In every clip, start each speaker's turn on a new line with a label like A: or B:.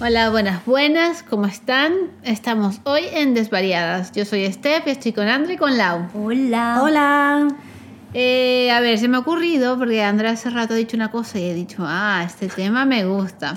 A: Hola, buenas, buenas, ¿cómo están? Estamos hoy en Desvariadas. Yo soy Steph, estoy con André y con Lau.
B: Hola.
C: Hola.
A: Eh, a ver, se me ha ocurrido, porque André hace rato ha dicho una cosa y he dicho, ah, este tema me gusta.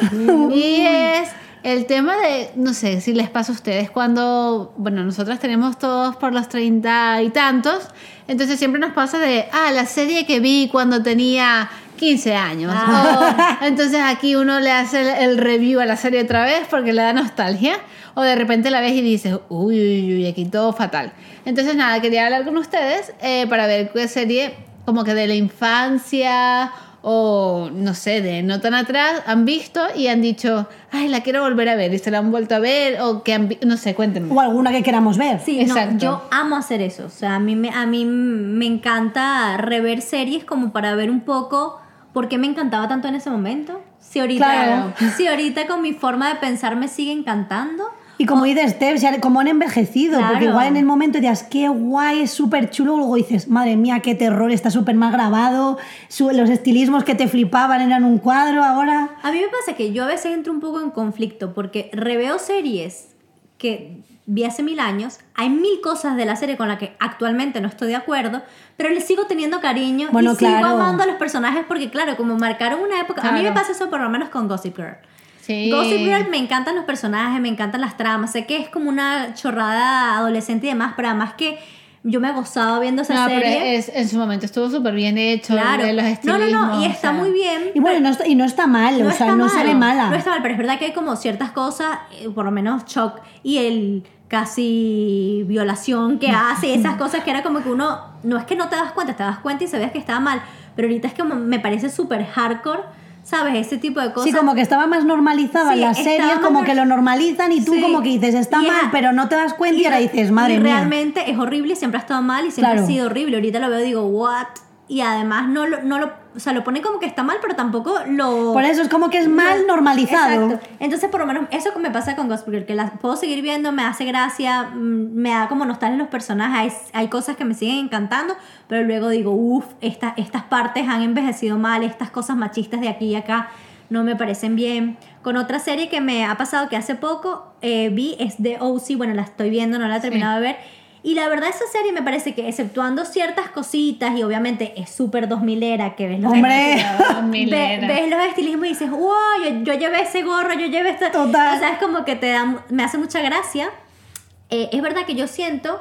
A: y es el tema de, no sé si les pasa a ustedes, cuando, bueno, nosotras tenemos todos por los treinta y tantos, entonces siempre nos pasa de, ah, la serie que vi cuando tenía 15 años. O, entonces aquí uno le hace el, el review a la serie otra vez porque le da nostalgia. O de repente la ves y dices, uy, uy, uy, aquí todo fatal. Entonces nada, quería hablar con ustedes eh, para ver qué serie como que de la infancia o no sé, de no tan atrás han visto y han dicho, ay, la quiero volver a ver y se la han vuelto a ver o que han vi- no sé, cuéntenme.
C: O alguna que queramos ver.
B: Sí, no,
A: Exacto.
B: yo amo hacer eso. O sea, a mí, me, a mí me encanta rever series como para ver un poco por qué me encantaba tanto en ese momento. Si ahorita,
C: Claro.
B: si ahorita con mi forma de pensar me sigue encantando.
C: Y como dices, Steph, ya como han envejecido,
B: Claro.
C: porque igual en el momento dices, qué guay, es súper chulo, luego dices, madre mía, qué terror, está súper mal grabado, su- los estilismos que te flipaban eran un cuadro ahora.
B: A mí me pasa que yo a veces entro un poco en conflicto porque reveo series que vi hace mil años, hay mil cosas de la serie con las que actualmente no estoy de acuerdo, pero le sigo teniendo cariño
C: Bueno,
B: y sigo
C: claro.
B: amando a los personajes porque claro, como marcaron una época, a mí me
A: Claro.
B: pasa eso por lo menos con Gossip Girl.
A: Sí.
B: Gossip Girl me encantan los personajes, me encantan las tramas, sé que es como una chorrada adolescente y demás, pero además que yo me gozaba viendo esa
A: No, pero
B: serie.
A: es- en su momento estuvo súper bien hecho.
B: claro.
A: de los
B: no, no, no, y
A: estilismos, o
B: está
A: sea.
B: muy bien.
C: Y bueno, no está, y no está mal, o sea,
B: está
C: no
B: mal,
C: sale mala.
B: No está mal, pero es verdad que hay como ciertas cosas, eh, por lo menos shock y el casi violación que hace, esas cosas que era como que uno, no es que no te das cuenta, te das cuenta y sabías que estaba mal, pero ahorita es como me parece súper hardcore, ¿sabes? Ese tipo de cosas.
C: Sí, como que estaba más normalizada
B: Sí,
C: en las
B: estaba
C: series,
B: más
C: como
B: nor-
C: que lo normalizan y tú
B: Sí.
C: como que dices, está
B: Y
C: mal,
B: era-
C: pero no te das cuenta y, ahora
B: re-
C: dices, madre
B: y
C: mía.
B: Realmente es horrible, siempre ha estado mal y siempre
C: Claro.
B: ha sido horrible. Ahorita lo veo y digo, what? Y además no lo, no lo, o sea, lo ponen como que está mal, pero tampoco lo...
C: Por eso es como que es mal
B: No,
C: normalizado.
B: Exacto. Entonces, por lo menos, eso que me pasa con Gossip Girl, que las puedo seguir viendo, me hace gracia, mm, me da como nostalgia los personajes, hay, hay cosas que me siguen encantando, pero luego digo, uff, esta, estas partes han envejecido mal, estas cosas machistas de aquí y acá no me parecen bien. Con otra serie que me ha pasado que hace poco eh, vi es de OC, bueno, la estoy viendo, no la he terminado de ver. Y la verdad esa serie me parece que exceptuando ciertas cositas y obviamente es súper 2000 era que ves los
C: Hombre.
A: Mil
B: Ve-
A: era.
B: ves los estilismos y dices, wow, yo, yo llevé ese gorro, yo llevé este.
C: Total.
B: O sea, es como que te da, mu- me hace mucha gracia. Eh, es verdad que yo siento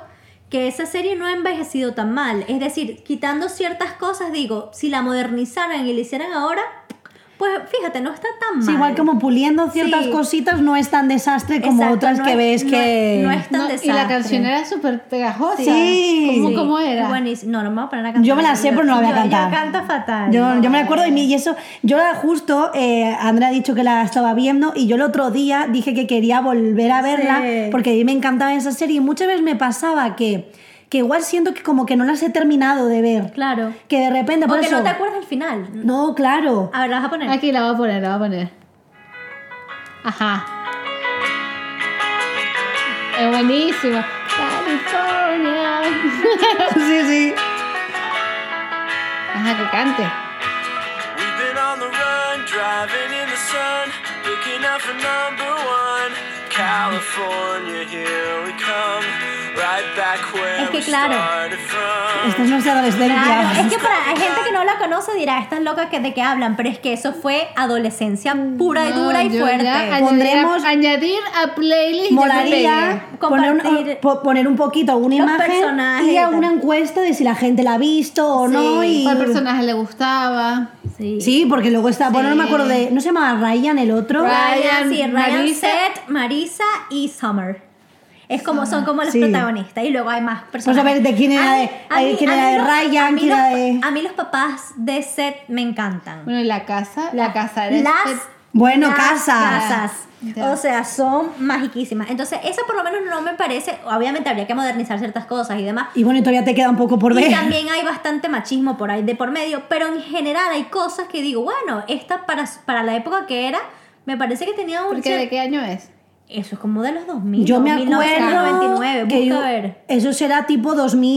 B: que esa serie no ha envejecido tan mal. Es decir, quitando ciertas cosas, digo, si la modernizaran y la hicieran ahora, pues fíjate, no está tan mal.
C: Sí, igual como puliendo ciertas
B: Sí.
C: cositas no es tan desastre como
B: Exacto,
C: otras
B: no
C: que
B: es-
C: ves
B: no
C: que...
B: es- no es tan
A: No, y
B: desastre.
A: la canción era súper pegajosa.
C: Sí.
A: ¿Cómo,
B: Sí,
A: cómo era?
B: es buenísimo. No, no me voy a poner a cantar.
C: Yo me la sé, pero no la voy a
B: Yo-
C: cantar.
B: Yo canto fatal.
C: Yo,
B: no.
C: yo me acuerdo y, mi- y eso, yo la justo, eh, Andrea ha dicho que la estaba viendo y yo el otro día dije que quería volver a verla
B: Sí.
C: porque a mí me encantaba esa serie y muchas veces me pasaba que, que igual siento que como que no las he terminado de ver.
B: Claro.
C: Que de repente, por
B: Porque
C: eso...
B: no te acuerdas del final.
C: No, claro.
B: A ver, la vas a poner.
A: Aquí la voy a poner, la voy a poner. Ajá. Es buenísimo. California.
C: sí, sí.
A: Ajá, que cante.
D: We've been on the run, driving in the sun, looking out for number one. California, here we come, right back where
B: Es que
D: we
B: claro.
D: started from.
C: Esta es nuestra adolescencia.
B: Claro, es que para hay gente que no la conoce dirá, estas locas que, de qué hablan, pero es que eso fue adolescencia pura y
A: No,
B: dura y
A: yo
B: fuerte.
A: ya añadir a-
C: Pondremos-
A: añadir a playlist. ya me
C: Molaría
A: pegué.
C: poner un, ah,
B: Compartir
C: po- poner un poquito alguna
B: los
C: imagen
B: personajes
C: y
B: y tal.
C: alguna encuesta de si la gente la ha visto o no.
B: Sí,
C: Y...
A: ¿O al personaje le gustaba?
B: Sí.
C: Sí, porque luego está. Bueno, no me
A: Sí.
C: acuerdo de. ¿No se llamaba Ryan el otro?
A: Ryan,
B: Ryan, sí, Ryan
A: Marisa.
B: Seth, Marisa y Summer. Es como, son como los
C: Sí.
B: protagonistas y luego hay más personas.
C: Pues a ver, ¿de quién era de- eh, quién era de Ryan, quién era de-
B: A mí los papás de Seth me encantan.
A: Bueno, y la casa. La casa era
B: Las
A: este-
C: Bueno,
B: las
C: casas.
B: casas.
A: Ya.
B: O sea, son magiquísimas. Entonces, eso por lo menos no me parece. Obviamente habría que modernizar ciertas cosas y demás.
C: Y bueno, y todavía te queda un poco por
B: Y
C: ver.
B: también hay bastante machismo por ahí de por medio, pero en general hay cosas que digo, bueno, esta para, para la época que era, me parece que tenía un...
A: Porque,
B: cier-
A: ¿De qué año es?
B: Eso es como de los 2000.
C: Yo me acuerdo
B: 1999,
C: que
B: busca
C: yo-
B: a ver.
C: eso será tipo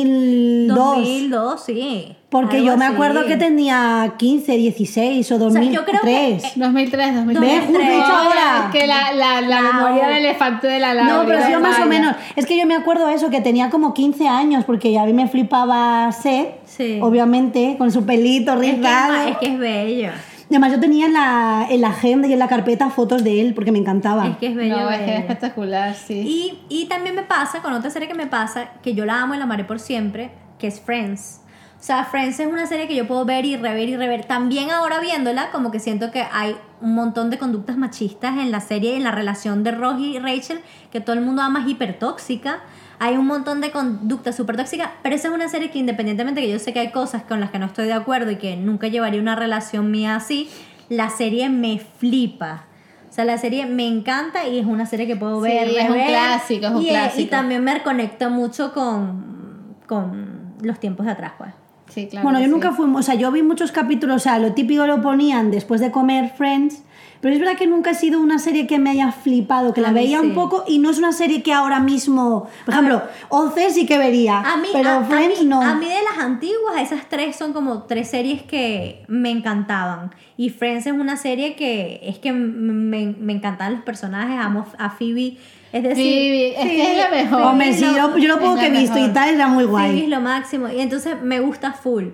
C: 2002.
B: 2002, sí.
C: Porque
B: algo
C: yo me
B: así.
C: acuerdo que tenía 15, 16 o 2003.
B: yo creo que-
A: 2003, 2003.
C: Ve, justo he dicho ahora.
A: Que la, la, la
B: No.
A: memoria del elefante de la lava.
C: No, pero yo más o menos. Es que yo me acuerdo eso, que tenía como 15 años, porque ya a mí me flipaba Seth,
B: Sí.
C: obviamente, con su pelito
B: Es que, es
C: rizado.
B: ma- es que es bello.
C: Además, yo tenía en la, en la agenda y en la carpeta fotos de él, porque me encantaba.
B: Es que es bello.
A: No, es que era
B: bello.
A: espectacular, sí.
B: Y, y también me pasa, con otra serie que me pasa, que yo la amo y la amaré por siempre, que es Friends. O sea, Friends es una serie que yo puedo ver y rever y rever. También ahora viéndola, como que siento que hay un montón de conductas machistas en la serie, en la relación de Ross y Rachel, que todo el mundo ama es hipertóxica. Hay un montón de conductas súper tóxicas, pero esa es una serie que independientemente que yo sé que hay cosas con las que no estoy de acuerdo y que nunca llevaría una relación mía así, la serie me flipa. O sea, la serie me encanta y es una serie que puedo
A: Sí,
B: ver.
A: es un
B: rever.
A: clásico, es un
B: y, eh, Y
A: clásico.
B: también me conecta mucho con, con los tiempos de atrás, pues.
A: Sí, claro.
C: Bueno,
A: que
C: yo
A: sí.
C: nunca fui, o sea, yo vi muchos capítulos, o sea, lo típico lo ponían después de comer Friends, pero es verdad que nunca ha sido una serie que me haya flipado, que
B: A
C: la
B: mí
C: veía
B: sí.
C: un poco y no es una serie que ahora mismo, por ejemplo, 11 sí que vería,
B: A mí,
C: pero
B: a- a
C: Friends
B: mí-
C: no.
B: A mí de las antiguas, esas tres son como tres series que me encantaban. Y Friends es una serie que es que me, me encantaban los personajes, amo a Phoebe. Es decir,
A: Phoebe, es que es la mejor.
C: Hombre,
B: Phoebe
C: sí,
B: es la-
C: yo, yo lo
A: es
C: poco
A: la
C: que he visto y
A: mejor.
C: tal era muy
B: Sí, es
C: guay.
B: lo máximo. Y entonces me gusta full.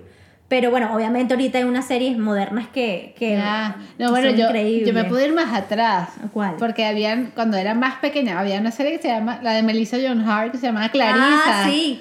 B: Pero bueno, obviamente ahorita hay unas series modernas que, que
A: Ah,
B: que
A: no, bueno,
B: son
A: yo,
B: increíbles.
A: yo me pude ir más atrás.
B: ¿Cuál?
A: Porque habían, cuando era más pequeña, había una serie que se llama, la de Melissa John Hart, que se llamaba Clarissa.
B: Ah, sí.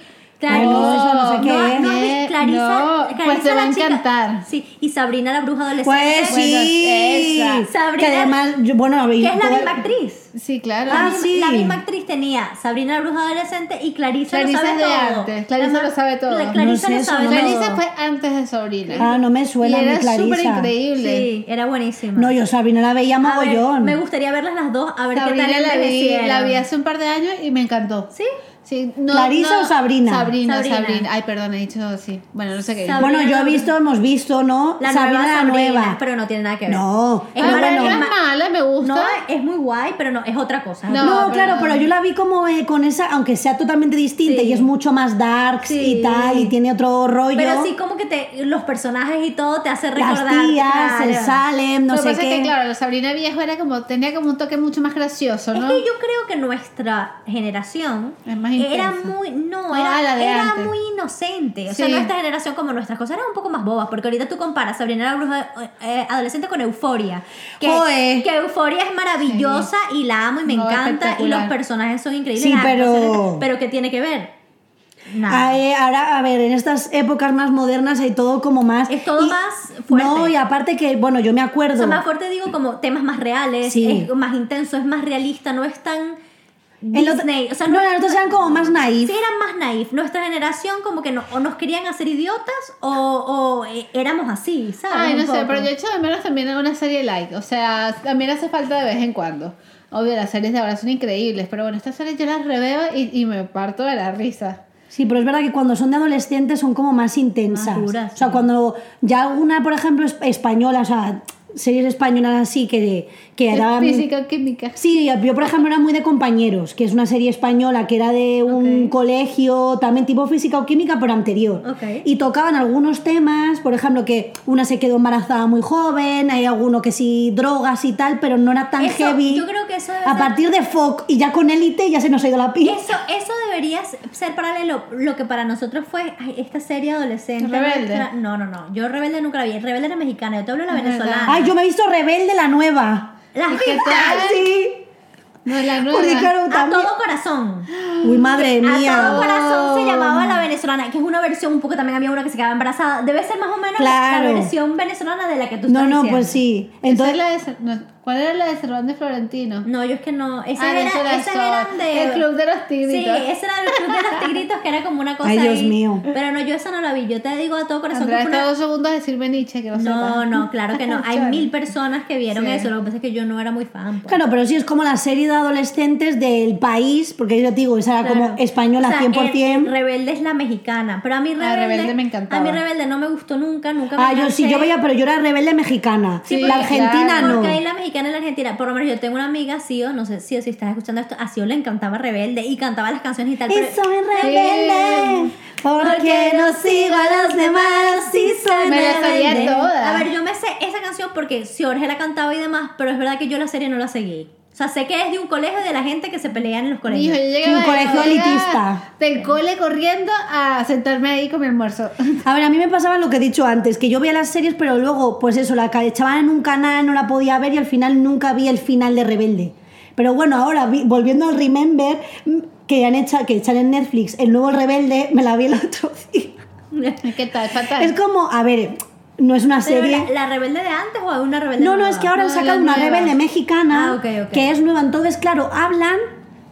A: pues,
C: Ay,
B: Clarisa.
C: no, eso no sé qué es.
B: no, vi- Clarisa,
A: No,
B: Clarisa
A: pues te
B: la
A: va a
B: chica.
A: encantar.
B: Sí, y Sabrina la bruja adolescente.
C: Pues
A: Bueno,
C: sí,
A: esa.
C: que
B: Sabrina-
C: además, yo- bueno, a ver,
B: Que es la
C: todo-
B: misma actriz.
A: pues. Sí, claro.
B: La
C: Ah,
B: misma-
C: sí.
B: La misma actriz tenía Sabrina la bruja adolescente y Clarisa,
A: Clarisa
B: lo sabe
A: es de
B: todo.
A: antes, Clarisa
B: La-
A: lo sabe todo.
B: la- Clarisa
C: No sé,
B: lo
C: eso
B: sabe
C: no me-
B: todo.
A: Clarissa fue antes de Sabrina.
C: Ah, no me
A: y
C: suena ni
A: era súper
C: Clarisa.
A: increíble.
B: Sí, era buenísima.
C: No, yo Sabrina la veía
B: A ver,
C: mogollón.
B: me gustaría verlas las dos, a ver
A: Sabrina
B: qué tal
A: la vi,
B: envejecieron.
A: la vi hace un par de años y me encantó.
B: ¿Sí?
A: Sí, no,
C: ¿Clarisa
A: no-
C: o Sabrina?
A: Sabrina,
B: Sabrina.
A: Sabrina. Ay, perdón, he dicho sí. Bueno, no sé qué. dije.
B: Sabrina.
C: bueno, yo he
B: la-
C: visto, hemos visto, ¿no?
B: La
C: Sabrina
B: nueva
C: la
B: Sabrina,
C: nueva.
B: pero no tiene nada que ver.
C: No,
B: es
A: Ah, bueno, no
C: pero
B: maravilloso.
A: es mala, me gusta.
B: No, es muy guay, pero no, es otra cosa.
A: No,
C: No,
A: pero-
C: claro, pero yo la vi como eh, con esa, aunque sea totalmente distinta
B: Sí.
C: y es mucho más darks
B: Sí.
C: y tal, y tiene otro rollo.
B: Pero sí como que te, los personajes y todo te hace recordar.
C: las tías,
B: claro.
C: el Salem, no
A: Lo que
C: sé
A: pasa es
C: qué.
A: que, claro, la Sabrina viejo era como, tenía como un toque mucho más gracioso,
B: Es
A: ¿no?
B: que yo creo que nuestra generación
A: Es más
B: era
A: intensa.
B: muy no,
A: No,
B: era,
A: a la de
B: era
A: antes.
B: muy inocente o sea
A: Sí.
B: nuestra generación como nuestras cosas eran un poco más bobas porque ahorita tú comparas Sabrina la bruja eh, adolescente con Euforia que,
C: Joder.
B: que Euforia es maravillosa y la amo y me
A: No,
B: encanta y
A: espectacular.
B: los personajes son increíbles
C: Sí,
B: Ah,
C: pero-
B: entonces, pero qué tiene que ver nada
C: Ah, eh, ahora, a ver, en estas épocas más modernas hay todo como más.
B: Es todo
C: y-
B: más fuerte.
C: No, y aparte que, bueno, yo me
B: O
C: acuerdo.
B: sea, más fuerte digo como temas más reales,
C: Sí.
B: es más intenso, es más realista, no es tan
C: El otro-
B: Disney. O sea,
C: no, las otras eran como más naif.
B: sí eran más naif. Nuestra generación como que no, o nos querían hacer idiotas o, o, eh, éramos así, ¿sabes?
A: Ay,
B: Un
A: no sé,
B: poco.
A: pero yo echo de menos también a una serie like. O sea, también hace falta de vez en cuando. Obvio, las series de ahora son increíbles, pero bueno, estas series yo las reveo y, y me parto de la risa.
C: Sí, pero es verdad que cuando son de adolescentes son como más intensas.
B: Más duras,
C: o sea,
B: sí.
C: cuando ya alguna, por ejemplo, es- española, o sea, series españolas así que, que daban...
A: Física, química.
C: Sí, yo por ejemplo era muy de compañeros, que es una serie española que era de un
B: Ok.
C: colegio, también tipo física o química, pero anterior.
B: Ok.
C: Y tocaban algunos temas, por ejemplo, que una se quedó embarazada muy joven, hay alguno que sí, drogas y tal, pero no era tan
B: Eso-
C: heavy.
B: yo creo que eso debe
C: A
B: ser-
C: partir de Foc y ya con élite ya se nos ha ido la pinza.
B: Eso, eso debería ser paralelo. Lo que para nosotros fue ay, esta serie adolescente.
A: Rebelde.
B: nuestra- No, no, no. Yo rebelde nunca la vi. Rebelde era mexicana. Yo te hablo de la
A: Es verdad.
B: venezolana.
C: Ay, yo me he visto Rebelde la nueva.
B: Las
A: ¿Y qué
B: vivas.
A: tal?
C: Sí.
A: No es la nueva.
C: Porque claro,
B: A
C: también.
B: todo corazón.
C: Uy, madre
B: A todo
C: mía.
B: corazón
C: Oh.
B: se llamaba la venezolana, que es una versión un poco también había una que se quedaba embarazada. Debe ser más o menos
C: Claro.
B: la versión venezolana de la que tú
C: No,
B: estás
C: no,
B: diciendo.
C: pues sí.
A: Esa
C: Entonces,
A: es la de Cer- no, ¿Cuál era la de Cervantes Florentino?
B: No, yo es que no. Esas
A: Ah,
B: eran,
A: Venezuela
B: esas
A: Sol.
B: eran de.
A: El Club de los
B: Sí,
A: Tigritos.
B: ese era el club de los tigritos dibujitos que era como una cosa
C: Ay, Dios
B: ahí.
C: mío.
B: Pero no, yo esa no la vi. Yo te digo a todo corazón
A: Andrea
B: que fue
A: está
B: una-
A: dos segundos a decir Beniche, que no
B: No,
A: sepa.
B: no, claro que no. Hay
A: Chale.
B: mil personas que vieron
A: Sí.
B: eso. Lo que pasa es que yo no era muy fan. pues.
C: Claro, pero sí es como la serie de adolescentes del país, porque yo te digo, esa era
B: Claro.
C: como española
B: O sea,
C: 100%.
B: el- Rebelde es la mexicana. Pero a mí Rebelde.
A: Ah, Rebelde me encantaba.
B: A mí Rebelde no me gustó nunca, nunca me
C: ah, yo sí,
B: enganché.
C: yo veía, pero yo era rebelde mexicana.
A: Sí,
C: la
A: porque-
C: argentina
A: claro,
C: no.
B: Porque ahí la mexicana y la argentina, por lo menos yo tengo una amiga, Sio, no sé si si estás escuchando esto, a Sio le encantaba Rebelde y cantaba las canciones y tal. pero-
C: Y soy rebelde,
A: Sí.
C: porque no sigo a los demás y soy
A: Me la sabía
C: rebelde.
A: toda.
B: A ver, yo me sé esa canción porque Jorge la cantaba y demás, pero es verdad que yo la serie no la seguí. O sea, sé que es de un colegio de la gente que se pelean en los
A: Hijo,
B: colegios.
A: yo llegaba
C: Un
A: de la
C: colegio
A: escuela,
C: elitista.
A: Del cole corriendo a sentarme ahí con mi almuerzo.
C: A ver, a mí me pasaba lo que he dicho antes, que yo veía las series, pero luego, pues eso, la ca- echaban en un canal, no la podía ver y al final nunca vi el final de Rebelde. Pero bueno, ahora, vi- volviendo al Remember, mm, que han hecho, que echan en Netflix, el nuevo Rebelde, me la vi el otro día.
A: Es que está fatal.
C: Es como, a ver, no es una
B: Pero
C: serie...
B: la, la rebelde de antes o una rebelde
C: No, no,
B: nueva?
C: es que ahora han
A: No,
C: sacado
A: la
C: una
A: nueva.
C: rebelde mexicana
B: Ah, ok, ok.
C: que es nueva. Entonces, claro, hablan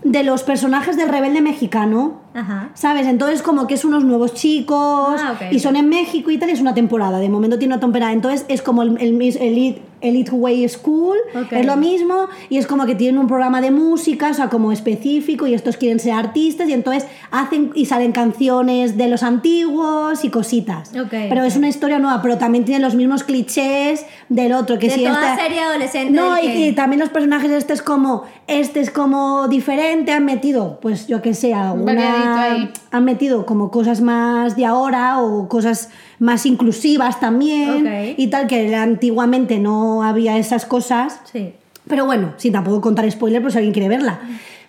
C: de los personajes del rebelde mexicano.
B: Ajá.
C: ¿Sabes? Entonces, como que es unos nuevos chicos
B: Ah, ok.
C: y son en México y tal, y es una temporada. De momento tiene una temporada. Entonces, es como el, el mis- elite, elite Way School,
B: Ok.
C: es lo mismo, y es como que tienen un programa de música, o sea, como específico, y estos quieren ser artistas, y entonces hacen y salen canciones de los antiguos y cositas.
B: Ok,
C: Pero es
B: ok.
C: una historia nueva, pero también tiene los mismos clichés del otro, que
B: De
C: si
B: toda
C: esta-
B: serie adolescente.
C: no,
B: del
C: y,
B: que-
C: y también los personajes, este es como, este es como diferente, han metido, pues yo que sé, a
A: Un
C: una-
A: variadito ahí.
C: han metido como cosas más de ahora o cosas más inclusivas también
B: Ok.
C: y tal, que antiguamente no había esas cosas.
B: Sí.
C: Pero bueno, sin tampoco contar spoiler por si alguien quiere verla.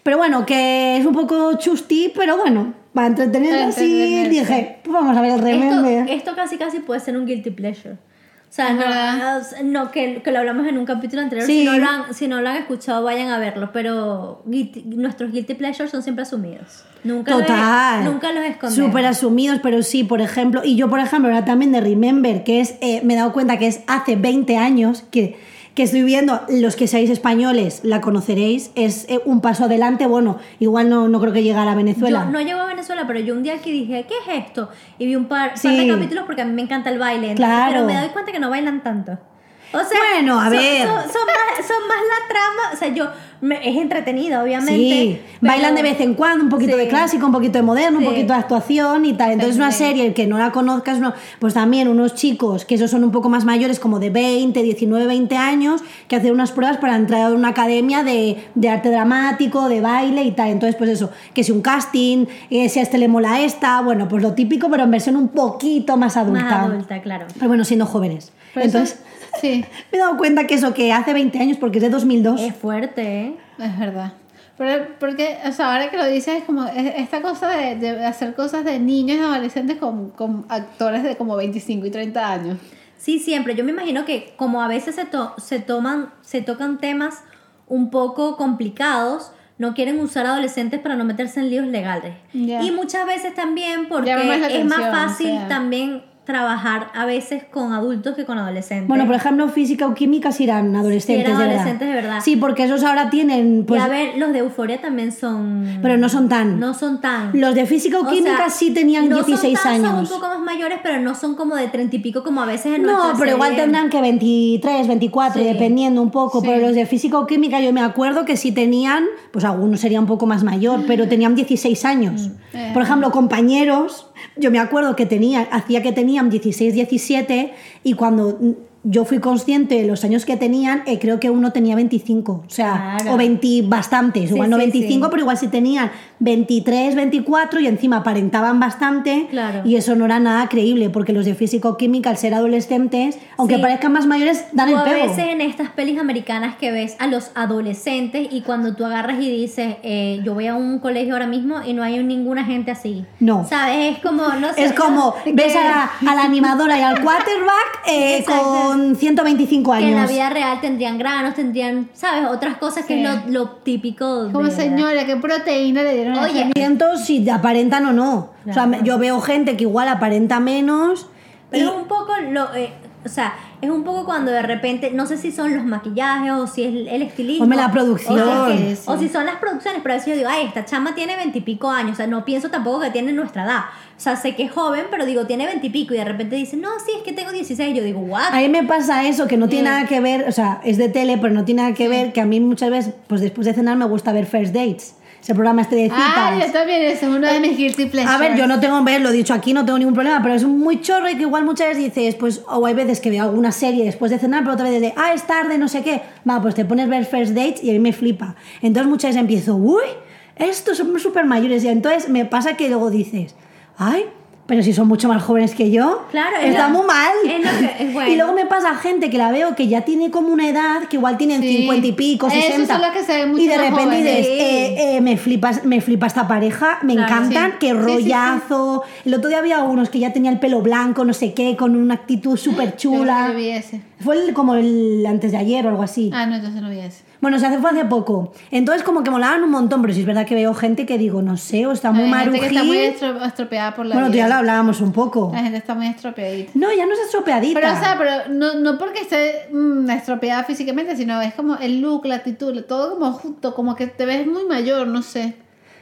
C: Pero bueno, que es un poco chusti, pero bueno, para entretenernos así
A: entretenerse.
C: dije, pues vamos a ver el
B: Esto,
C: Remember.
B: esto casi casi puede ser un guilty pleasure. O sea,
A: Es
B: no, ah,
A: verdad.
B: o sea, no, que, que lo hablamos en un capítulo anterior.
C: Sí.
B: Si, no lo han, si no lo han escuchado, vayan a verlo. Pero guilty- nuestros guilty pleasures son siempre asumidos. Nunca
C: Total.
B: Los, nunca los escondemos.
C: Súper asumidos, pero sí, por ejemplo. Y yo, por ejemplo, ahora también de Remember, que es, eh, me he dado cuenta que es hace 20 años que, que estoy viendo, los que seáis españoles la conoceréis, es eh, un paso adelante. Bueno, igual no, no creo que llegara a Venezuela.
B: Yo no llego a Venezuela, pero yo un día aquí dije, ¿qué es esto? Y vi un par, par
C: Sí.
B: de capítulos porque a mí me encanta el baile. entonces,
C: Claro.
B: Pero me doy cuenta que no bailan tanto. O sea,
C: Bueno, a
B: son-
C: ver.
B: Son, son más, son más la trama. O sea, yo. me- es entretenida, obviamente.
C: Sí,
B: pero-
C: bailan de vez en cuando, un poquito
B: Sí.
C: de clásico, un poquito de moderno,
B: Sí.
C: un poquito de actuación y tal. Entonces, una serie que no la conozcas, no, pues también unos chicos que esos son un poco más mayores, como de 20, 19, 20 años, que hacen unas pruebas para entrar a una academia de, de arte dramático, de baile y tal. Entonces, pues eso, que si un casting, eh, si a este le mola esta, bueno, pues lo típico, pero en versión un poquito más adulta.
B: Más adulta, claro.
C: Pero bueno, siendo jóvenes.
A: Pero eso-
C: Entonces,
A: sí,
C: me he dado cuenta que eso, que hace 20 años, porque es de 2002.
B: Es fuerte, ¿eh?
A: es verdad. Pero, porque, o sea, ahora que lo dices, es como es- esta cosa de, de hacer cosas de niños y adolescentes con, con actores de como 25 y 30 años.
B: Sí, siempre. Yo me imagino que como a veces se, to- se toman, se tocan temas un poco complicados, no quieren usar adolescentes para no meterse en líos legales.
A: Ya.
B: Y muchas veces también porque
A: Llama más la
B: es más
A: atención,
B: fácil
A: o sea.
B: también trabajar a veces con adultos que con adolescentes.
C: Bueno, por ejemplo, física o química sí eran adolescentes,
B: eran
C: de verdad.
B: adolescentes de verdad.
C: Sí, porque esos ahora tienen, pues,
B: y a ver, los de euforia también son...
C: pero no son tan.
B: No son tan...
C: Los de física o,
B: o
C: química
B: sea,
C: sí tenían
B: no son
C: 16
B: tan, Son un
C: años.
B: poco más mayores, pero no son como de treinta y pico como a veces en
C: No,
B: nuestra
C: pero igual
B: serie.
C: tendrán que 23, 24,
B: Sí.
C: dependiendo un poco.
A: Sí.
C: Pero los de física o química yo me acuerdo que sí tenían, pues algunos sería un poco más
B: Mm.
C: mayor, pero tenían 16 años.
A: Eh.
C: Por ejemplo, compañeros, yo me acuerdo que tenía, hacía que tenían 16, 17 y cuando mm, yo fui consciente de los años que tenían, eh, creo que uno tenía 25, o sea,
B: Claro.
C: o 20 bastantes,
B: Sí,
C: igual no
B: sí,
C: 25,
B: sí.
C: pero igual sí tenían 23, 24 y encima aparentaban bastante
B: Claro.
C: y eso no era nada creíble, porque los de físico-química, al ser adolescentes, aunque
B: Sí.
C: parezcan más mayores, dan
B: O
C: el
B: a
C: pego.
B: veces en estas pelis americanas que ves a los adolescentes y cuando tú agarras y dices, eh, yo voy a un colegio ahora mismo y no hay ninguna gente así.
C: No.
B: ¿Sabes? Es como, no sé.
C: Es como,
B: no,
C: ves
B: que-
C: a la, a la animadora y al quarterback eh,
B: Exacto.
C: con 125
B: Que en la
C: años.
B: vida real tendrían granos, tendrían, ¿sabes? Otras cosas que
A: Sí.
B: es lo, lo típico. de-
A: Como señora, ¿qué proteína le dieron a
B: Oye,
A: esa
C: Siento si aparentan o no. O sea,
B: Claro.
C: yo veo gente que igual aparenta menos.
B: Pero
C: y-
B: un poco lo, eh, o sea, es un poco cuando de repente, no sé si son los maquillajes o si es el- el estilismo.
C: Hombre, la producción.
B: O si, es que-
A: Sí, sí.
B: o si son las producciones, pero a veces yo digo, ay, esta chama tiene veintipico años, o sea, no pienso tampoco que tiene nuestra edad. O sea, sé que es joven, pero digo, tiene veintipico y, de repente dice, no, sí, es que tengo 16. Yo digo, what?
C: A mí me pasa eso, que no tiene
B: Sí.
C: nada que ver, o sea, es de tele, pero no tiene nada que ver, que a mí muchas veces, pues después de cenar me gusta ver First Dates, ese programa este de citas.
A: Ah, yo también, ese es uno de mis guilty pleasures.
C: A ver, yo no tengo, ver, lo he dicho aquí, no tengo ningún problema, pero es muy chorro y que igual muchas veces dices, pues, o hay veces que veo alguna serie después de cenar, pero otra vez de, ah, es tarde, no sé qué. Va, pues te pones a ver First Dates y a mí me flipa. Entonces muchas veces empiezo, uy, estos son súper mayores. Y entonces me pasa que luego dices, ay, pero si son mucho más jóvenes que yo,
B: Claro, es
C: está
B: lo-
C: muy mal.
B: es lo que- es bueno.
C: Y luego me pasa gente que la veo que ya tiene como una edad, que igual tienen
A: Sí.
C: 50 y pico,
A: Esos
C: 60.
A: son los que se ven mucho
C: Y de
A: más
C: repente
A: jóvenes.
C: dices,
B: Sí.
C: eh, eh, me, flipas, me flipa esta pareja, me
B: Claro,
C: encantan,
A: sí.
C: qué
A: Sí, sí, sí.
C: rollazo. El otro día había unos que ya tenía el pelo blanco, no sé qué, con una actitud súper
A: Yo
C: chula.
A: no vi ese.
C: Fue el- como el antes de ayer o algo así.
A: Ah, no, entonces no vi ese.
C: Bueno, se hace, fue hace poco. Entonces como que molaban un montón, pero sí es verdad que veo gente que digo, no sé, o está muy
A: Hay gente que está
C: marují.
A: muy estro- estropeada por la
C: Bueno, tú
A: vida.
C: ya lo hablábamos un poco.
A: La gente está muy estropeadita.
C: No, ya no es estropeadita.
A: Pero, o sea, pero no, no porque esté mm, estropeada físicamente, sino es como el look, la actitud, todo como junto, como que te ves muy mayor, no sé.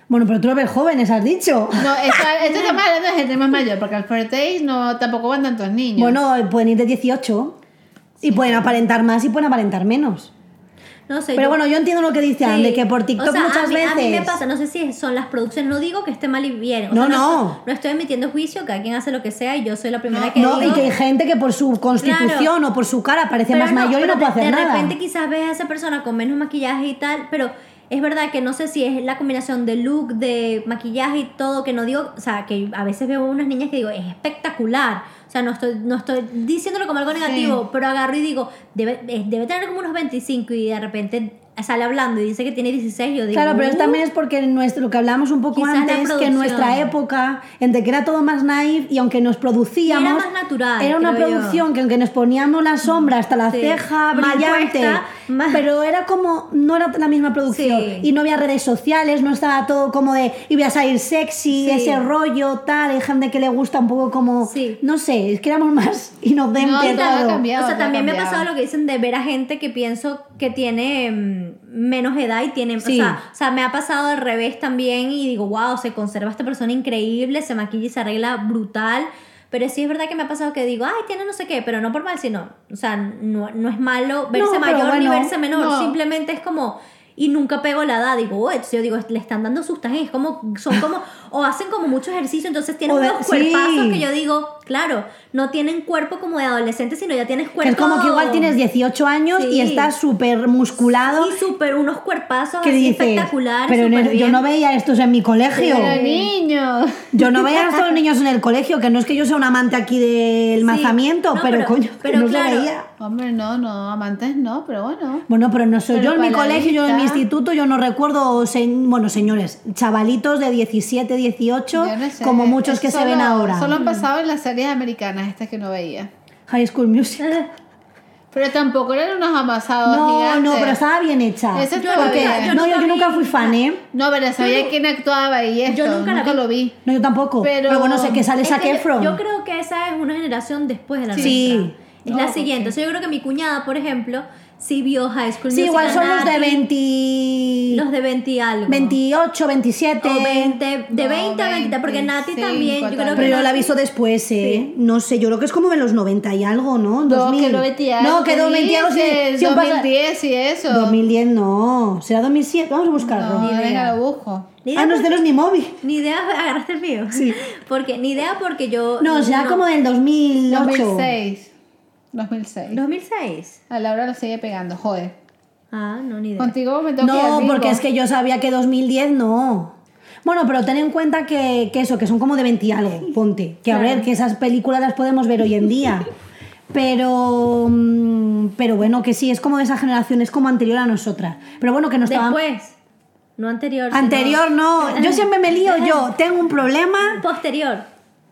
C: Bueno, pero tú lo ves jóvenes, has dicho.
A: No, esto, esto estamos hablando de gente más mayor, porque al first date no, tampoco van tantos niños.
C: Bueno, pueden ir de 18 y pueden aparentar más y pueden aparentar menos.
B: No sé.
C: Pero
B: yo-
C: bueno, yo entiendo lo que dice Anne, de
B: Sí.
C: que por TikTok
B: O sea,
C: muchas
B: a mí,
C: veces.
B: A mí me pasa, no sé si son las producciones, no digo que esté mal y bien. o
C: No,
B: sea,
C: no.
B: estoy- No estoy emitiendo juicio, cada quien hace lo que sea y yo soy la primera que
C: No, y
B: digo.
C: que hay gente que por su constitución o por su cara parece
B: Pero
C: más mayor y
B: pero
C: no puede
B: de-
C: hacer
B: De
C: nada.
B: repente quizás ves a esa persona con menos maquillaje y tal, pero es verdad que no sé si es la combinación de look, de maquillaje y todo, que no digo, o sea, que a veces veo unas niñas que digo, es espectacular. O sea, no estoy, no estoy diciéndolo como algo negativo, pero agarro y digo, debe, eh, debe tener como unos 25 y de repente sale hablando y dice que tiene 16, yo digo,
C: Claro, pero eso
B: "Uh".
C: también es porque en nuestro, lo que hablábamos un poco
B: Quizás la
C: antes, que en
B: producción.
C: nuestra época, entre que era todo más naive y aunque nos producíamos.
B: Era más natural,
C: Era una
B: creo yo.
C: producción que aunque nos poníamos la sombra hasta la
B: Sí.
C: ceja
B: Mal
C: brillante,
B: puesta, mal-
C: pero era como. No era la misma producción.
B: Sí.
C: Y no había redes sociales, no estaba todo como de. Iba a salir sexy,
B: Sí.
C: ese rollo, tal. Hay gente que le gusta un poco como.
B: Sí.
C: No sé, es que éramos más inocentes.
A: No, todo ha
C: todo.
A: cambiado.
B: o sea,
A: todo ha
B: también me ha
A: cambiado.
B: pasado lo que dicen de ver a gente que pienso que tiene mm, menos edad y tiene,
C: Sí.
B: o, sea, o sea, me ha pasado al revés también y digo, wow, se conserva esta persona increíble, se maquilla y se arregla brutal. Pero sí es verdad que me ha pasado que digo, ay, tiene no sé qué, pero no por mal, sino, o sea, no, no es malo verse
C: No, pero
B: mayor ni
C: bueno,
B: verse menor,
A: no.
B: simplemente es como... Y nunca pego la edad, digo, "Oh, yo digo, le están dando sustancias, es como, son como, o hacen como mucho ejercicio, entonces tienen
C: O de-
B: unos cuerpazos
C: sí.
B: que yo digo, claro, no tienen cuerpo como de adolescente, sino ya tienes
C: Que
B: cuerpo.
C: es como que igual tienes 18 años y
B: Sí.
C: estás súper musculado.
B: Y súper, unos cuerpazos
C: que
B: así
C: dices,
B: espectaculares.
C: pero no-
B: súper
C: yo
B: bien".
C: no veía estos en mi colegio.
A: Pero niño.
C: Yo no veía a estos niños en el colegio, que no es que yo sea un amante aquí del
B: Sí.
C: mazamiento,
B: No,
C: pero,
B: pero-
C: coño,
B: pero
C: no se
B: claro.
C: veía.
A: Hombre, no, no, amantes no, pero bueno.
C: Bueno, pero no soy
A: Pero
C: yo en mi
A: para la
C: colegio, yo en mi
A: vista.
C: instituto, yo no recuerdo, se- bueno, señores, chavalitos de 17, 18,
A: Yo no sé, ¿eh?
C: como muchos
A: es
C: que se
A: solo-
C: ven ahora.
A: Solo han pasado en las series americanas, estas que no veía.
C: High School Music.
A: Pero tampoco eran unos amasados
C: No,
A: gigantes.
C: no, pero estaba bien hecha.
A: Esa
B: Yo
A: estaba
C: Porque-
B: la vi,
A: bien.
B: yo
C: no, yo,
B: nunca
C: yo nunca
B: vi.
C: fui fan, ¿eh?
A: No, pero sabía
B: Yo-
A: quién actuaba y esto.
B: nunca
A: nunca,
B: la vi.
A: lo vi.
C: No, yo tampoco.
A: Pero-
C: Pero, bueno, sé que sale
B: Es
C: Zac
B: que yo-
C: Efron.
B: Yo, creo que esa es una generación después de la
C: Sí.
B: nuestra. Es la siguiente. O sea, yo creo que mi cuñada, por ejemplo, sí vio High School
C: Sí, igual
B: Musical,
C: son los de
B: Nati,
C: 20...
B: Los de 20 y algo.
C: 28, 27.
B: O 20, de
A: No,
B: 20 a 20, porque Nati
A: 25
B: también, yo creo
A: tal
B: que
C: Pero yo la he
B: Nati-
C: visto después, ¿eh? No sé, yo creo que es como en los 90 y algo, ¿no?
A: No,
C: 2000.
A: que lo veía.
C: No, que 20 y algo sí. sí, un pasa-
A: 2010 y eso.
C: 2010 no. ¿Será 2007? Vamos a buscarlo.
A: No,
C: Ni idea.
A: venga, lo busco.
B: Ni idea
C: ah, no es
B: por-
C: de los ni móvil.
B: Ni idea, agarraste el mío.
C: Sí.
B: Porque, ni idea porque yo.
C: No, será como del 2008.
A: 2006. 2006.
B: 2006.
A: A Laura lo sigue pegando, joder.
B: Ah, no, ni idea.
A: Contigo me tengo que ir
C: No,
A: al bingo.
C: porque es que yo sabía que 2010 no. Bueno, pero ten en cuenta que, que eso, que son como de 20 y algo, ponte. Que a ver, que esas películas las podemos ver hoy en día. Pero, mm, pero bueno, que sí, es como de esa generación, es como anterior a nosotras. Pero bueno, que no estaba...
B: Después. No anterior. sino
C: Anterior no, yo siempre me lío yo, tengo un problema
B: Posterior.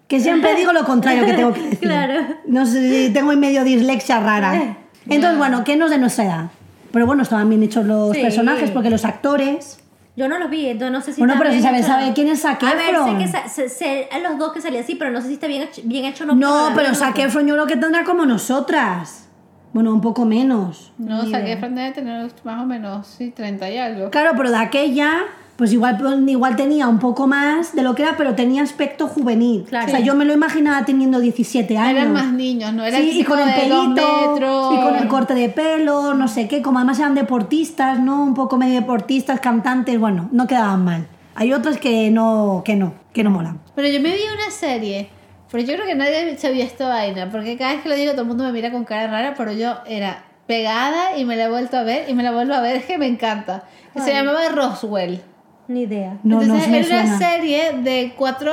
C: que siempre digo lo contrario que tengo que decir.
B: Claro.
C: No sé si tengo en medio dislexia rara. Entonces, bueno, que no es de nuestra edad. Pero bueno, estaban bien hechos los
B: Sí.
C: personajes porque los actores...
B: Yo no los vi, entonces no sé si
C: Bueno,
B: está
C: pero
B: bien
C: si sabe-
B: hecho o no.
C: sabe quién es Zac
B: A ver,
C: Efron.
B: sé que sa- se- se- a los dos que salía así, pero no sé si está bien hecho, bien hecho o no.
C: No,
B: porque-
C: pero Zac Efron yo creo que tendrá como nosotras. Bueno, un poco menos.
A: No, saqué frente de tener más o menos sí, 30 y algo.
C: Claro, pero de aquella, pues igual, igual tenía un poco más de lo que era, pero tenía aspecto juvenil.
B: Claro.
C: O sea, yo me lo imaginaba teniendo 17 años.
A: Eran más niños, no era
C: Sí,
A: el
C: y
A: chico
C: con el
A: de dos
C: pelito,
A: metros.
C: y con el corte de pelo, no sé qué, como además eran deportistas, ¿no? Un poco medio deportistas, cantantes, bueno, no quedaban mal. Hay otras que no, que no, que no molan.
A: Pero yo me vi una serie, pero yo creo que nadie sabía esta vaina, porque cada vez que lo digo todo el mundo me mira con cara rara, pero yo era pegada y me la he vuelto a ver y me la vuelvo a ver, es que me encanta. Que Se llamaba Roswell.
B: Ni idea.
C: No, no
A: Entonces
C: me
A: era
C: suena.
A: una serie de cuatro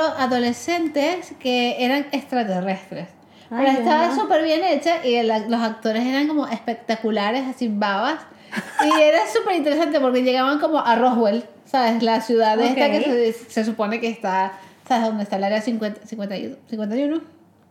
A: adolescentes que eran extraterrestres.
B: Ay,
A: Pero estaba
B: ¿verdad?
A: súper bien hecha y el ac- los actores eran como espectaculares, así babas. Y era súper interesante porque llegaban como a Roswell, ¿sabes? La ciudad esta
B: Ok.
A: que se, se supone que está, ¿sabes? Donde está el área 50, 51, 51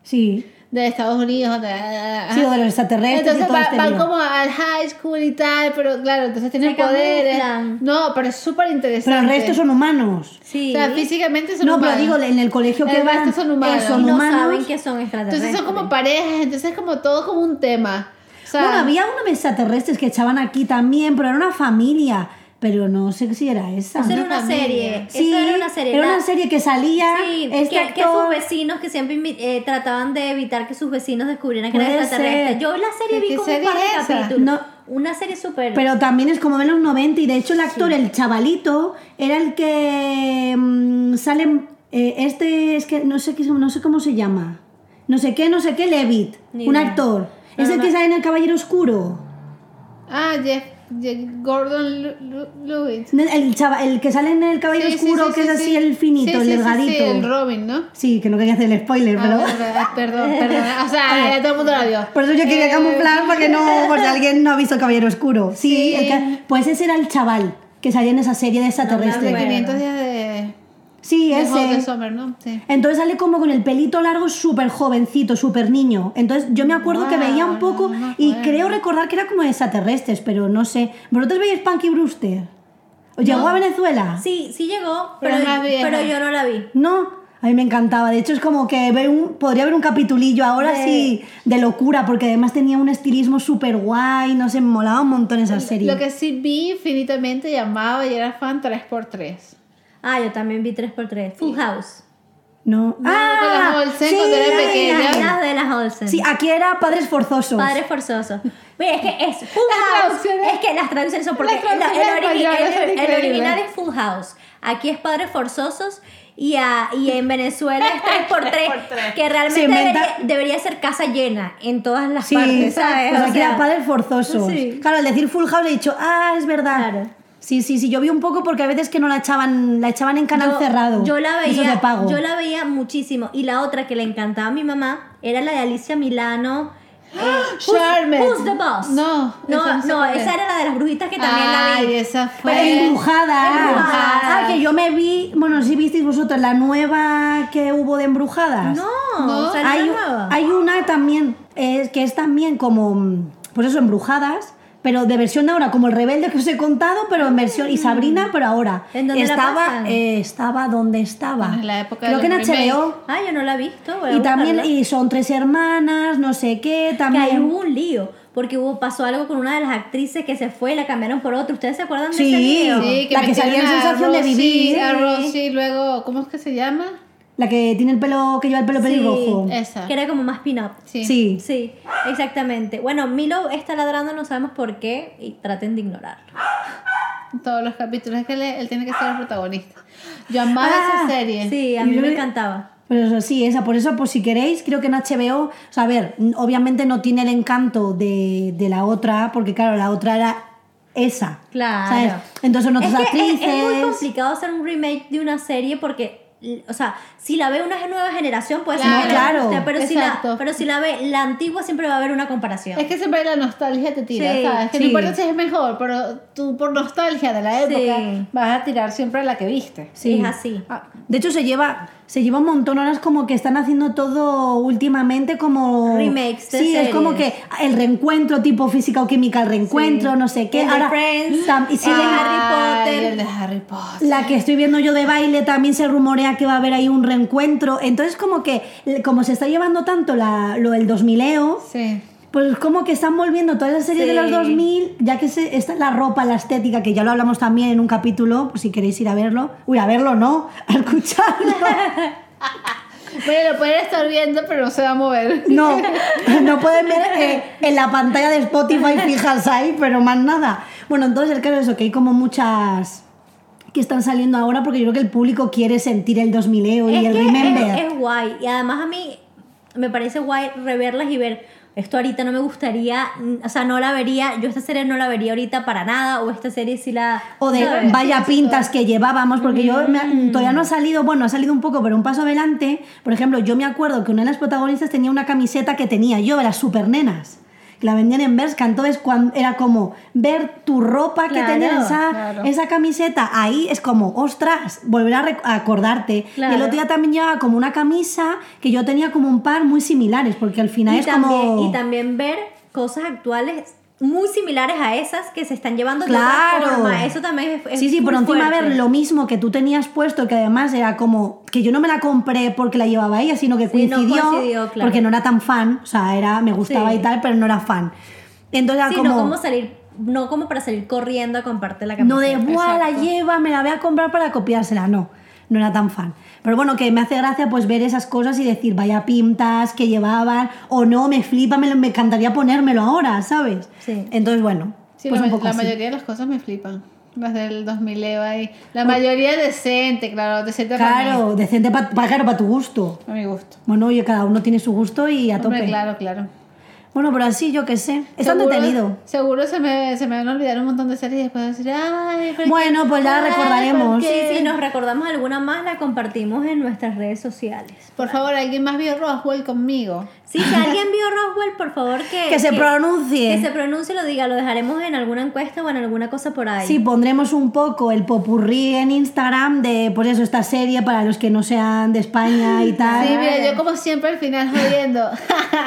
C: Sí,
A: de Estados Unidos. Donde, ah,
C: sí, lo de los extraterrestres y
A: Entonces
C: todo
A: va-
C: este
A: van
C: lío.
A: como al high school y tal, pero claro, entonces tienen
B: Se
A: poderes.
B: camuflan.
A: No, pero es súper interesante.
C: Pero el resto son humanos.
A: O
B: Sí.
A: sea, físicamente son
C: no,
A: humanos.
C: pero digo, en el colegio
A: El
C: que
A: resto
C: van,
A: son humanos.
C: eh,
B: y
C: son
B: no
C: humanos.
B: saben que son extraterrestres.
A: entonces son como parejas, entonces es como todo como un tema. O sea,
C: Bueno, había unos extraterrestres que echaban aquí también, pero era una familia. Pero no sé si era esa.
B: Eso era
A: una
B: una
A: familia.
B: serie.
C: Sí,
B: eso era una serie.
C: Era
B: La-
C: una serie que salía.
B: Sí,
C: este
B: que, que sus
C: actor-
B: vecinos que siempre invi- eh, trataban de evitar que sus vecinos descubrieran que
C: Puede
B: era extraterrestre.
C: ser.
B: Yo la serie
A: ¿Qué-
B: vi
A: qué
B: como un
A: serie
B: par de
A: es esa?
B: capítulos.
C: No.
B: Una serie súper.
C: Pero también es como de los 90 y de hecho el actor, el chavalito, era el que mm, sale... en- eh, este es que no sé, qué, no sé cómo se llama. No sé qué, no sé qué, Levitt.
B: Ni
C: un
B: idea.
C: actor.
B: No,
C: es el
B: no.
C: que sale en El Caballero Oscuro.
A: Ah, Jeff, Jeff Gordon Lu- Lu- Lewis.
C: El, chava- el que sale en El Caballero
A: Sí, sí,
C: Oscuro,
A: sí,
C: que
A: sí,
C: es así
A: sí.
C: el finito,
A: Sí,
C: el
A: sí, sí,
C: delgadito.
A: Sí, el Robin, ¿no?
C: Sí, que no quería hacer el spoiler,
A: Ah,
C: pero...
A: verdad, perdón, perdón. O sea, ya todo el mundo la vio.
C: Por eso yo quería
A: Eh,
C: camuflar, para que no, por si alguien no ha visto El Caballero Oscuro. Sí,
A: Sí.
C: el que- pues ese era el chaval que salía en esa serie de extraterrestres.
A: De 500 días de,
C: sí,
A: de
C: ese.
A: Hot Summer, ¿no? Sí.
C: Entonces sale como con el pelito largo, súper jovencito, súper niño. Entonces yo me acuerdo que
A: Wow,
C: veía un
A: no
C: poco
A: me
C: y
A: acuerdo.
C: creo recordar que era como de extraterrestres, pero no sé. ¿Vosotros veis Punky Brewster? ¿Llegó a Venezuela?
B: sí, sí llegó,
A: Pero
B: pero,
A: es más vieja.
B: pero yo no la vi.
C: No. A mí me encantaba. De hecho, es como que ve un- podría haber un capitulillo ahora
B: De-
C: sí de locura, porque además tenía un estilismo súper guay. No sé, me molaba un montón esa serie.
A: Lo que sí vi infinitamente llamaba y era fan 3x3.
B: Ah, yo también vi 3x3. Full House.
C: No.
A: con las Olsen cuando era
C: ay,
A: pequeña.
C: ay,
B: Las
C: ay.
B: vidas de las Olsen.
C: Sí, aquí era Padres Forzosos.
B: Padres forzosos. Mira, es que es Full
A: Las
B: House.
A: traducciones-
B: Es que las traducciones son porque
A: Las traducciones
B: la- el, origi-
A: españolas son
B: el- el
A: increíbles.
B: original es Full House. Aquí es Padres forzosos y, a- y en Venezuela es 3x3, que realmente
C: Se inventa-
B: debería, debería ser casa llena en todas las
C: Sí,
B: partes, ¿sabes?
C: pues
B: O
C: aquí
B: sea,
C: era Padres Forzosos.
B: Sí.
C: Claro, al decir Full House he dicho, ah, es verdad.
B: Claro.
C: Sí, sí, sí, yo vi un poco porque a veces que no la echaban, la echaban en canal cerrado.
B: Yo la
C: Eso
B: veía,
C: de pago.
B: yo la veía muchísimo. Y la otra que le encantaba a mi mamá era la de Alicia Milano. eh, who's,
A: Charmed.
B: Who's the boss?
A: No,
B: no,
A: esa no
B: no,
A: sé cuál
B: esa
A: es.
B: era la de las brujitas que también la
A: Ay,
B: vi.
A: esa
C: Pero
A: fue.
C: embrujada.
B: Embrujada.
C: Ah, que yo me vi, bueno, si visteis vosotros la nueva que hubo de embrujadas.
B: No,
A: No.
B: salió
C: hay,
B: la nueva.
C: hay una también eh, que es también como, mm, pues eso, embrujadas, pero de versión de ahora, como el rebelde que os he contado, pero en versión y Sabrina, pero ahora.
B: Mm. ¿En dónde la
C: estaba,
B: pasan?
C: eh, estaba donde estaba.
A: En la época
C: Creo
A: de
C: que en
A: los remakes.
C: HBO.
B: Ah, yo no la he visto. voy a
C: Y también,
B: buscarla.
C: y son tres hermanas, no sé qué,
B: que ahí
C: también.
B: hubo un lío, porque hubo, pasó algo con una de las actrices que se fue y la cambiaron por otra. ¿Ustedes se acuerdan de
C: Sí.
B: ese lío?
A: Sí, que
C: La que
A: metieron
C: salía en
A: a
C: Sensación de
A: Rosie,
C: Vivir.
A: A Rosie, luego, ¿cómo es que se llama?
C: La que tiene el pelo, que lleva el pelo
B: Sí,
C: pelirrojo.
A: Esa.
B: Que era como más pin-up.
A: Sí.
C: Sí.
B: Sí, exactamente. Bueno, Milo está ladrando, no sabemos por qué, y traten de ignorarlo.
A: Todos los capítulos. Es que le- él tiene que ser el protagonista. Yo amaba
C: Ah,
A: esa serie.
B: Sí, a
C: Y
B: mí
C: yo
B: me
C: le-
B: encantaba.
C: Pero eso sí, esa, por eso, pues si queréis, creo que en HBO, o sea, a ver, n- obviamente no tiene el encanto de, de la otra, porque claro, la otra era esa.
B: Claro.
C: ¿sabes? Entonces son
B: es,
C: otras
B: que es-
C: actrices.
B: es muy complicado hacer un remake de una serie porque, l- o sea, si la ve una nueva generación, puede ser
A: Claro.
B: que no le
C: Claro.
B: guste, pero, si la,
A: Exacto.
B: pero si la ve la antigua, siempre va a haber una comparación.
A: Es que siempre la nostalgia te tira,
B: Sí,
A: ¿sabes? Que
C: sí.
A: no importa si es mejor, pero tú por nostalgia de la época
B: Sí.
A: vas a tirar siempre a la que viste.
C: Sí.
B: Es así.
A: Ah,
C: De hecho, se lleva, se lleva un montón horas como que están haciendo todo últimamente como
B: Remakes de
C: sí
B: series.
C: es como que el reencuentro tipo física o química el reencuentro
B: Sí.
C: no sé qué
B: El de Friends,
C: tam- y sí,
B: el de
C: ah,
B: Harry Potter.
A: Ay, el de Harry Potter.
C: la que estoy viendo yo de baile también se rumorea que va a haber ahí un reencuentro entonces como que como se está llevando tanto la, lo del 2000eo
A: Sí.
C: pues como que están volviendo toda la serie de los
B: Sí.
C: 2000, ya que se, está la ropa, la estética, que ya lo hablamos también en un capítulo, por si queréis ir a verlo. Uy, a verlo no, a escucharlo.
A: Bueno, lo pueden estar viendo, pero no se va a mover.
C: No, no pueden ver eh, en la pantalla de Spotify fijas ahí, pero más nada. Bueno, entonces el caso es eso, que hay como muchas que están saliendo ahora porque yo creo que el público quiere sentir el 2000 y
B: es
C: el
B: que
C: Remember.
B: Es, es guay. Y además a mí me parece guay reverlas y ver esto ahorita no me gustaría, mm, o sea, no la vería, yo esta serie no la vería ahorita para nada, o esta serie sí la...
C: O de
B: ¿sabes?
C: vaya pintas que llevábamos, porque yo
B: Mm.
C: me- todavía no ha salido, bueno, ha salido un poco, pero un paso adelante. Por ejemplo, yo me acuerdo que una de las protagonistas tenía una camiseta que tenía yo, de las supernenas, que la vendían en Berska. Entonces, cuando, era como ver tu ropa que
B: Claro,
C: tenía esa,
A: claro.
C: esa camiseta, ahí es como, ostras, volver a, rec- a acordarte. Y el
B: Claro.
C: otro día también llevaba como una camisa que yo tenía como un par muy similares, porque al final
B: y,
C: es
B: también,
C: como.
B: y también ver cosas actuales muy similares a esas que se están llevando de
C: Claro.
B: otra forma. Eso también es... es
C: Sí, sí, por
B: muy
C: encima
B: fuerte.
C: ver lo mismo que tú tenías puesto, que además era como que yo no me la compré porque la llevaba ella, sino que
B: Sí, no
C: coincidió,
B: coincidió, claro.
C: porque no era tan fan, o sea, era me gustaba
B: Sí.
C: y tal, pero no era fan. Entonces era
B: Sí,
C: como
B: no como salir, no como para salir corriendo a comprarte la
C: no
B: camiseta.
C: de buah, la lleva, me la voy a comprar para copiársela, no, no era tan fan. Pero bueno, que me hace gracia pues ver esas cosas y decir, vaya pintas que llevaban, o no, me flipa, me, lo- me encantaría ponérmelo ahora, ¿sabes?
B: Sí.
C: Entonces, bueno,
A: Sí,
C: pues
A: la,
C: un
A: ma-
C: poco
A: la
C: así.
A: mayoría de las cosas me flipan. Las del 2000 Eva y la mayoría decente, claro, decente para mí,
C: Claro, decente para para tu gusto.
A: a mi gusto.
C: Bueno, oye, cada uno tiene su gusto y a tope.
A: Hombre, claro, claro.
C: Bueno, pero así yo qué sé. Está
A: Seguro-
C: entretenido.
A: Seguro se me, se me van a olvidar un montón de series y después decir, ay, ¿por qué?
C: Bueno, pues ya
A: Ay,
C: recordaremos.
A: ¿por
B: Sí,
A: qué?
B: sí, nos recordamos alguna más, la compartimos en nuestras redes sociales.
A: Por favor, alguien más vio Roswell conmigo.
B: Sí, si alguien vio Roswell, por favor que...
C: Que se
B: Que
C: pronuncie.
B: se pronuncie y lo diga, lo dejaremos en alguna encuesta o en alguna cosa por ahí.
C: Sí, pondremos un poco el popurrí en Instagram de, pues eso, esta serie para los que no sean de España y tal.
A: Sí, mira, yo como siempre al final jodiendo.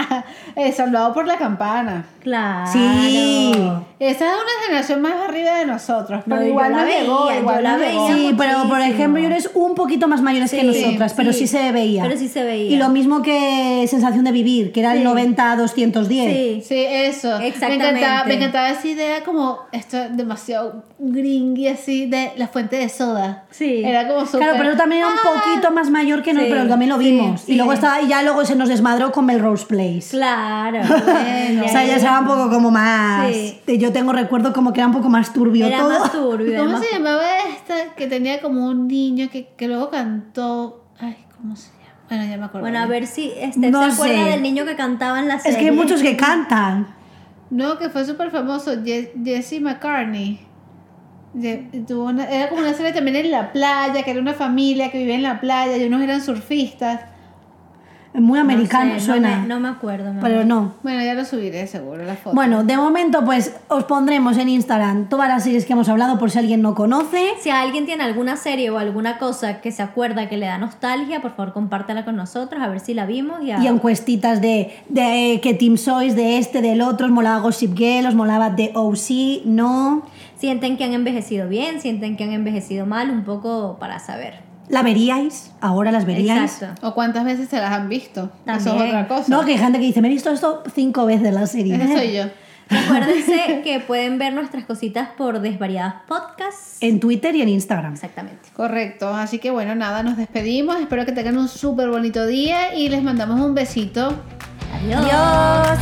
A: eh, salvado por la campana.
B: Claro.
C: Sí.
A: Esa es una generación más arriba de nosotros, pero
B: No, yo
A: igual
B: la
A: nos llegó,
B: veía,
A: igual
B: yo la
A: nos llegó.
B: veía.
C: Sí, pero por
B: muchísimo.
C: ejemplo, yo eres un poquito más mayores que nosotras, pero sí,
B: sí.
C: se veía.
B: Pero sí se veía.
C: Y lo mismo que Sensación de Vivir, que era el
B: Sí.
C: 90 a 210.
B: Sí.
A: Sí, eso.
B: Exactamente.
A: Me encantaba, me encantaba esa idea como esto es demasiado gringy así de la fuente de soda.
B: Sí. Ah.
A: Era como súper.
C: Claro, pero también era un poquito más mayor que nosotros,
B: Sí,
C: pero también lo
B: sí,
C: vimos.
B: sí.
C: Y luego estaba, y ya luego se nos desmadró con Melrose Place.
B: Claro.
A: Bueno.
C: O sea, ya estaba un poco como más.
B: Sí.
C: te- Yo tengo recuerdo como que era un poco más turbio
B: Era
C: todo.
B: más turbio. era
A: ¿Cómo
B: más-
A: se llamaba esta que tenía como un niño que, que luego cantó? Ay, ¿cómo se llama? Bueno, ya me acuerdo.
B: Bueno, a ver si este,
C: No
B: se acuerda
C: sé.
B: del niño que cantaba en la serie.
C: Es que hay muchos que cantan.
A: No, que fue súper famoso, Ye- Jesse McCartney. Ye- tuvo una- era como una serie también en la playa, que era una familia que vivía en la playa y unos eran surfistas.
C: Muy
B: No sé,
C: americano
B: no
C: suena.
B: me- No me, acuerdo. mi
C: Pero
B: amor.
C: no.
A: Bueno, ya lo subiré seguro, la foto.
C: Bueno, de momento, pues os pondremos en Instagram todas las series que hemos hablado por si alguien no conoce.
B: Si alguien tiene alguna serie o alguna cosa que se acuerda que le da nostalgia, por favor compártela con nosotros, a ver si la vimos. Y, a-
C: Y encuestitas de, de qué team sois, de este, del otro. Os molaba Gossip Girl, os molaba The OC, no.
B: Sienten que han envejecido bien, sienten que han envejecido mal, un poco para saber.
C: ¿La veríais? ¿Ahora las veríais?
B: Exacto.
A: O cuántas veces se las han visto. Eso es
B: También.
A: otra cosa.
C: No, que hay gente que dice, me he visto esto cinco veces la serie.
A: Esa soy yo.
B: Acuérdense que pueden ver nuestras cositas por Desvariadas Podcasts.
C: En Twitter y en Instagram.
B: Exactamente.
A: Correcto. Así que bueno, nada, nos despedimos. Espero que tengan un súper bonito día y les mandamos un besito.
B: Adiós.